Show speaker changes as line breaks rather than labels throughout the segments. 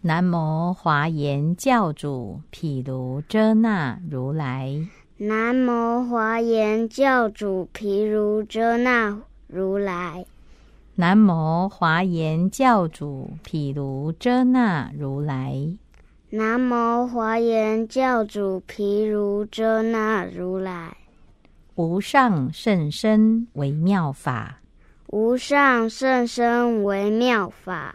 南无华严教主毗卢遮那如来，
南无华严教主毗卢遮那如来，
南无华严教主毗卢遮那如来。
南无华严教主毗卢遮那如来，
无上甚深微妙法，
无上甚深微妙法，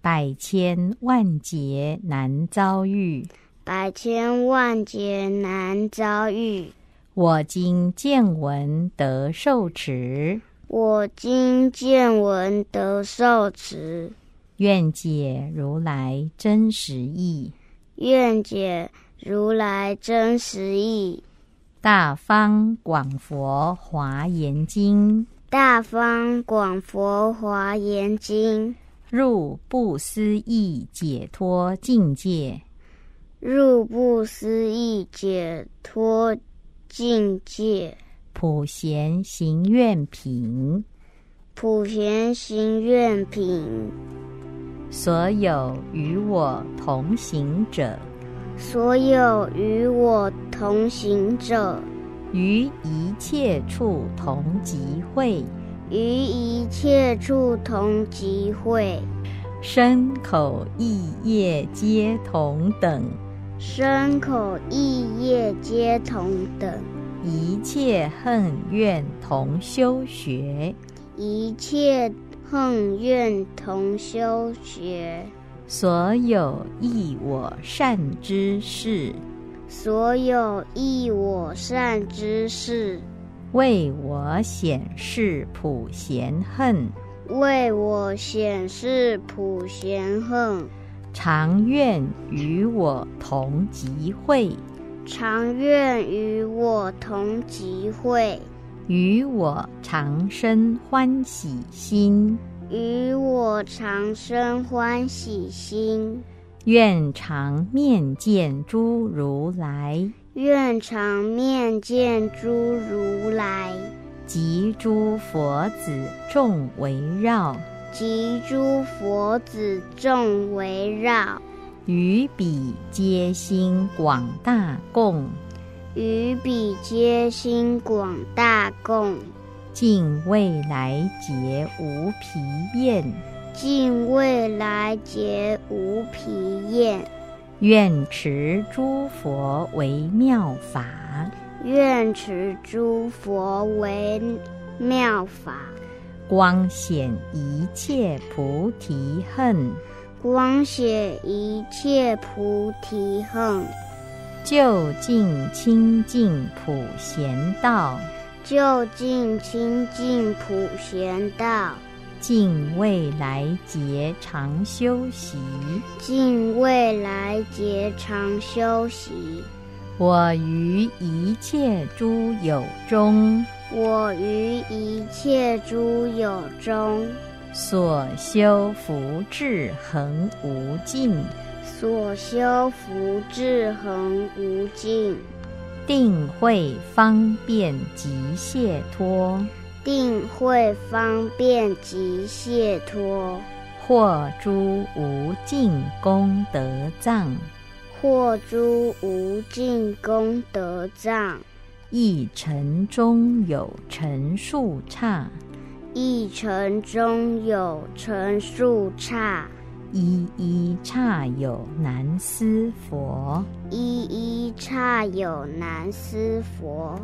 百千万劫难遭遇。
百千万劫难遭遇。
我今见闻得受持，
我今见闻得受持，
愿解如来真实义。
愿解如来真实义。
大方广佛华严经，
大方广佛华严经，
入不思议解脱境界。
入不思议解脱境界，
普贤行愿品，
普贤行愿品。
所有与我同行者，
所有与我同行者，
于一切处同集会，
于一切处同集会，
身口意业皆同等，
身口意业皆同等，
一切恨怨同修学，
一切恨怨同修学。
所有益我善之事，
所有益我善之事，
为我显示普贤恨，
为我显示普贤恨。
常愿与我同集会，
常愿与我同集会，
与我常生欢喜心。
与我常生欢喜心。
愿常面见诸如来
愿常面见诸如来，
及诸佛子众围绕，
及诸佛子众围绕，
于彼皆心广大共，
与彼皆心广大共，
尽未来劫无疲厌。
尽未来劫无疲厌。
愿持诸佛为妙法，
愿持诸佛为妙法，
光显一切菩提恨，
光显一切菩提恨。
究竟清净普贤道。
究竟清净普贤道，
尽未来劫常修习，
尽未来劫常修习。
我于一切诸有中
我于一切诸有中，
所修福智恒无尽，
所修福至恒无尽，
定慧方便即解脱，
定会方便及解脱。
获诸无尽功德藏，
获诸无尽功德藏，
一尘中有尘数刹，
一尘中有尘数刹，
一一刹有难思佛，
一一刹有难思佛，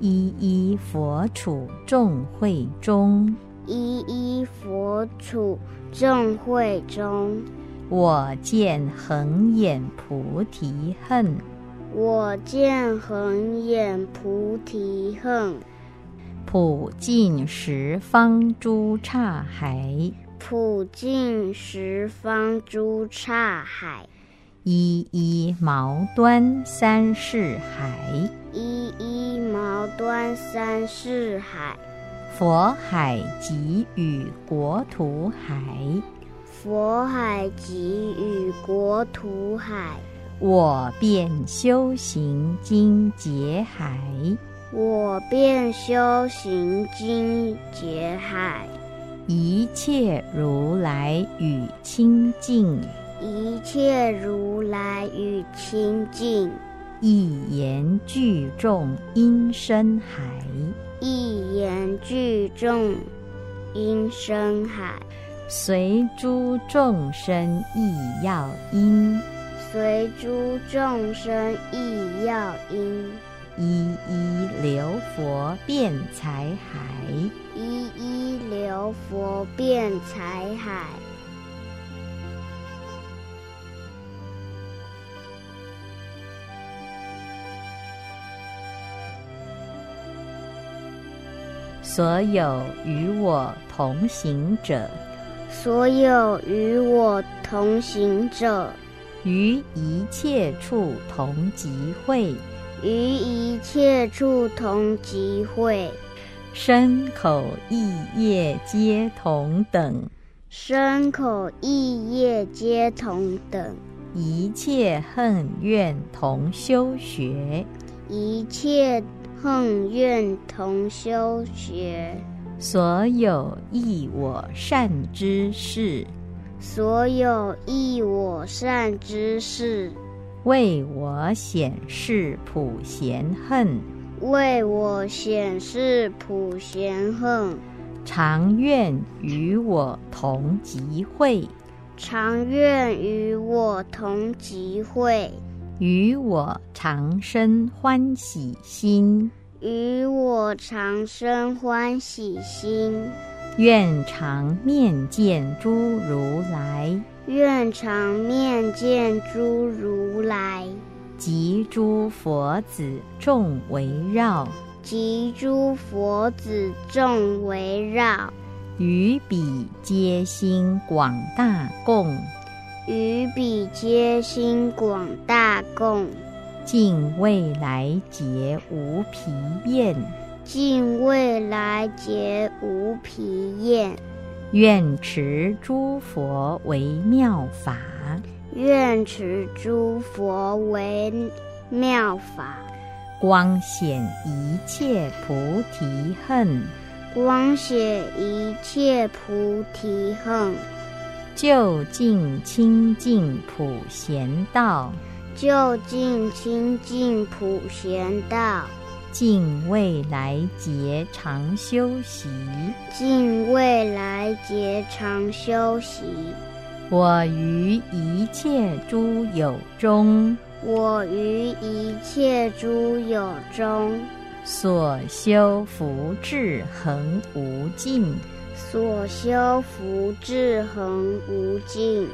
一一佛处众会中。
一一佛处众会中。
我见恒眼菩提恨，
我见恒眼菩提恨，
普尽十方诸刹海，
普尽十方诸刹海。
一一毛端三世海，
一一毛端三世海，
佛海及与国土海，
佛海及与国土海，
我便修行经劫海，
我便修行经劫海，
一切如来与清净，
一切如来与清净，
一言聚众音声海，
一言聚众音声海，
随诸众生意要因，
随诸众生意要因，
一一流佛辩才海。
一一流佛遍财海。
所有与我同行者，
所有与我同行者，
于一切处同集会，
于一切处同集会，
身口意业皆同等，
身口意业皆同等，
一切恨怨同修学，
一切恨怨同修学。
所有益我善之事，
所有益我善之事，
为我显示普贤恨，
为我显示普贤恨。
常愿与我同集会，
常愿与我同集会，
与我常生欢喜心。
与我常生欢喜心。
愿常面见诸如来
愿常面见诸如来，
及诸佛子众围绕，
及诸佛子众围绕，
于彼皆心广大供，
于彼皆心广大供，
尽未来劫无疲厌。
尽未来劫无疲厌。
愿持诸佛为妙法，
愿持诸佛为妙法，
光显一切菩提恨，
光显一切菩提恨，
究竟清净普贤道，
究竟清净普贤道。
尽未来劫常修习。
尽未来劫常修习，
我于一切诸有中
我于一切诸有中
所修福至恒无尽，
所修福至恒无尽，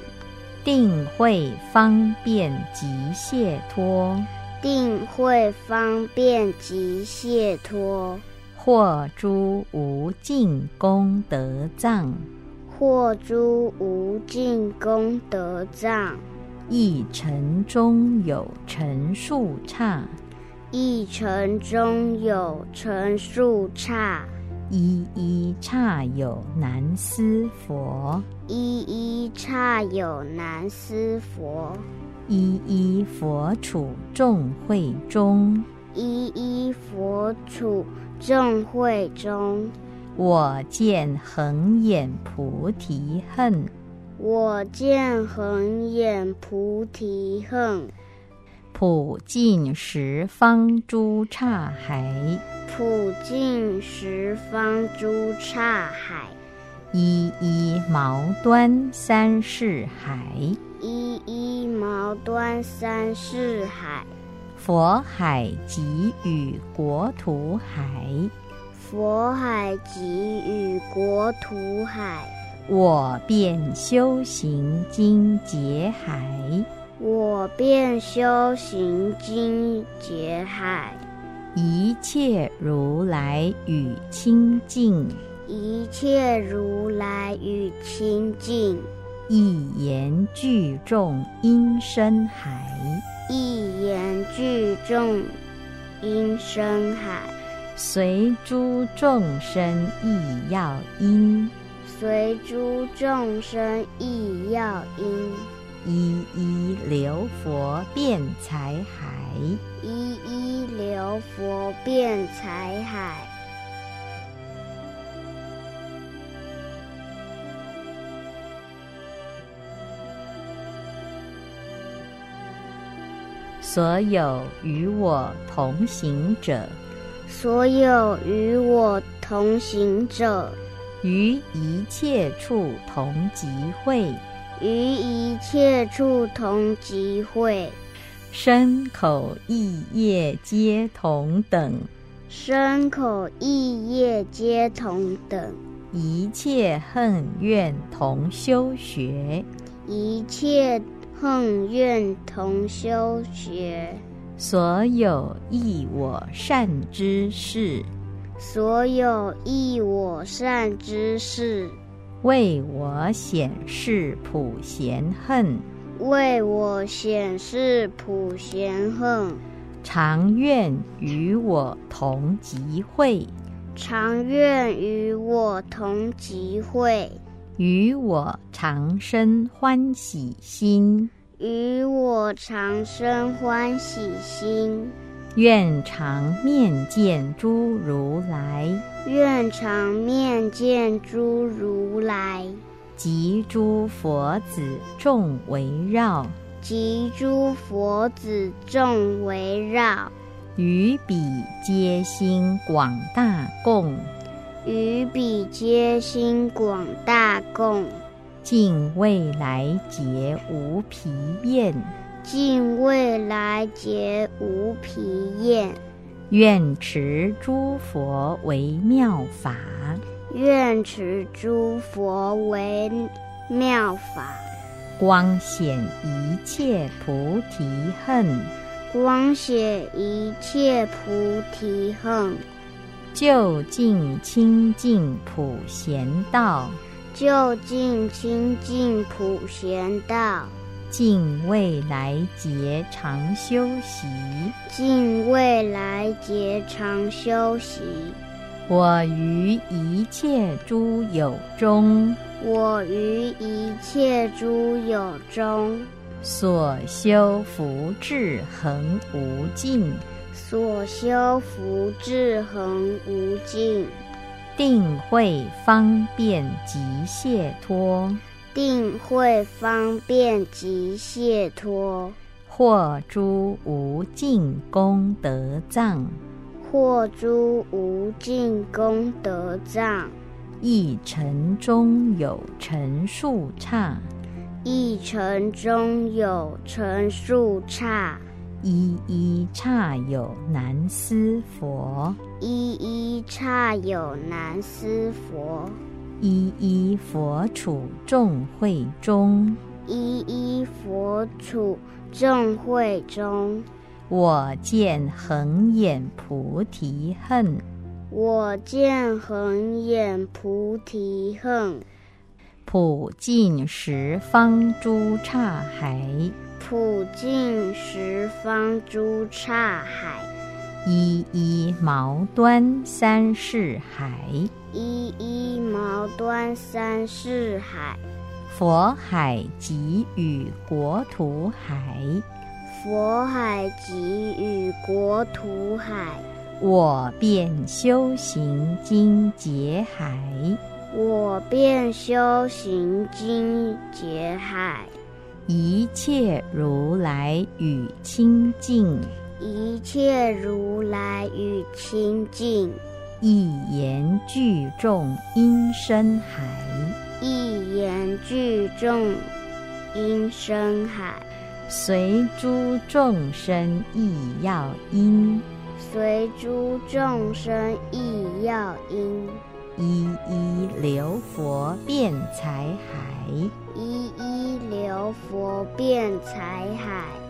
定慧方便及解脱，
定会方便及解脱，
获诸无尽功德藏，
获诸无尽功德藏。
一尘中有尘数刹，
一尘中有尘数刹，
一一刹有难思佛，
一一刹有难思佛，
一一佛处众会中。
一一佛处众会中。
我见恒眼菩提恨，
我见恒眼菩提恨，
普尽十方诸刹海，
普尽十方诸刹海，
一一毛端三世海，
一一毛端三世海，
佛海及与国土海，
佛海及与国土海，
我便修行经劫海，
我便修行经劫海，
一切如来与清净，
一切如来与清净，
一言聚众音声海，
一言聚众，音声海；
随诸众生亦要音，
随诸众生亦要音，
一一流佛辩才海。
一一流佛遍财海。
所有与我同行者，
所有与我同行者，
于一切处同集会，
于一切处同集会，
身口意业皆同等，
身口意业皆同等，
一切恨怨同修学。
一切恨怨同修学。
所有益我善之事，
所有益我善之事，
为我显示普贤恨，
为我显示普贤恨。
常愿与我同集会，
常愿与我同集会，
与我常生欢喜心，
与我常生欢喜心。
愿常面见诸如来
愿常面见诸如来，
及诸佛子众围绕，
及诸佛子众围绕，
于彼皆心广大共，
与彼皆心广大共，
尽未来劫无疲厌。
尽未来劫无疲厌。
愿持诸佛为妙法，
愿持诸佛为妙法，
光显一切菩提恨，
光显一切菩提恨，
究竟清净普贤道，
究竟清净普贤道。
尽未来劫常修习。
尽未来劫常修习，
我于一切诸有中
我于一切诸有中
所修福至恒无尽，
所修福至恒无尽，
定慧方便及解脱。
定会方便及解脱，
获诸无尽功德藏，
获诸无尽功德藏。
一尘中有尘数刹，
一尘中有尘数刹，
一一刹有难思佛，
一一刹有难思佛，
一一佛处众会中，
一一佛处众会中。
我见恒眼菩提恨，
我见恒眼菩提恨，
普尽十方诸刹海，
普尽十方诸刹海，
一一毛端三世海。
一一毛端三世海，
佛海及与国土海，
佛海及与国土海，
我便修行经劫海，
我便修行经劫海，
一切如来与清净，
一切如来与清净，
一言聚众音声海，
一言聚众，音声海。
随诸众生亦要音，
随诸众生亦要因，
一一流佛遍财海。
一一流佛遍财海。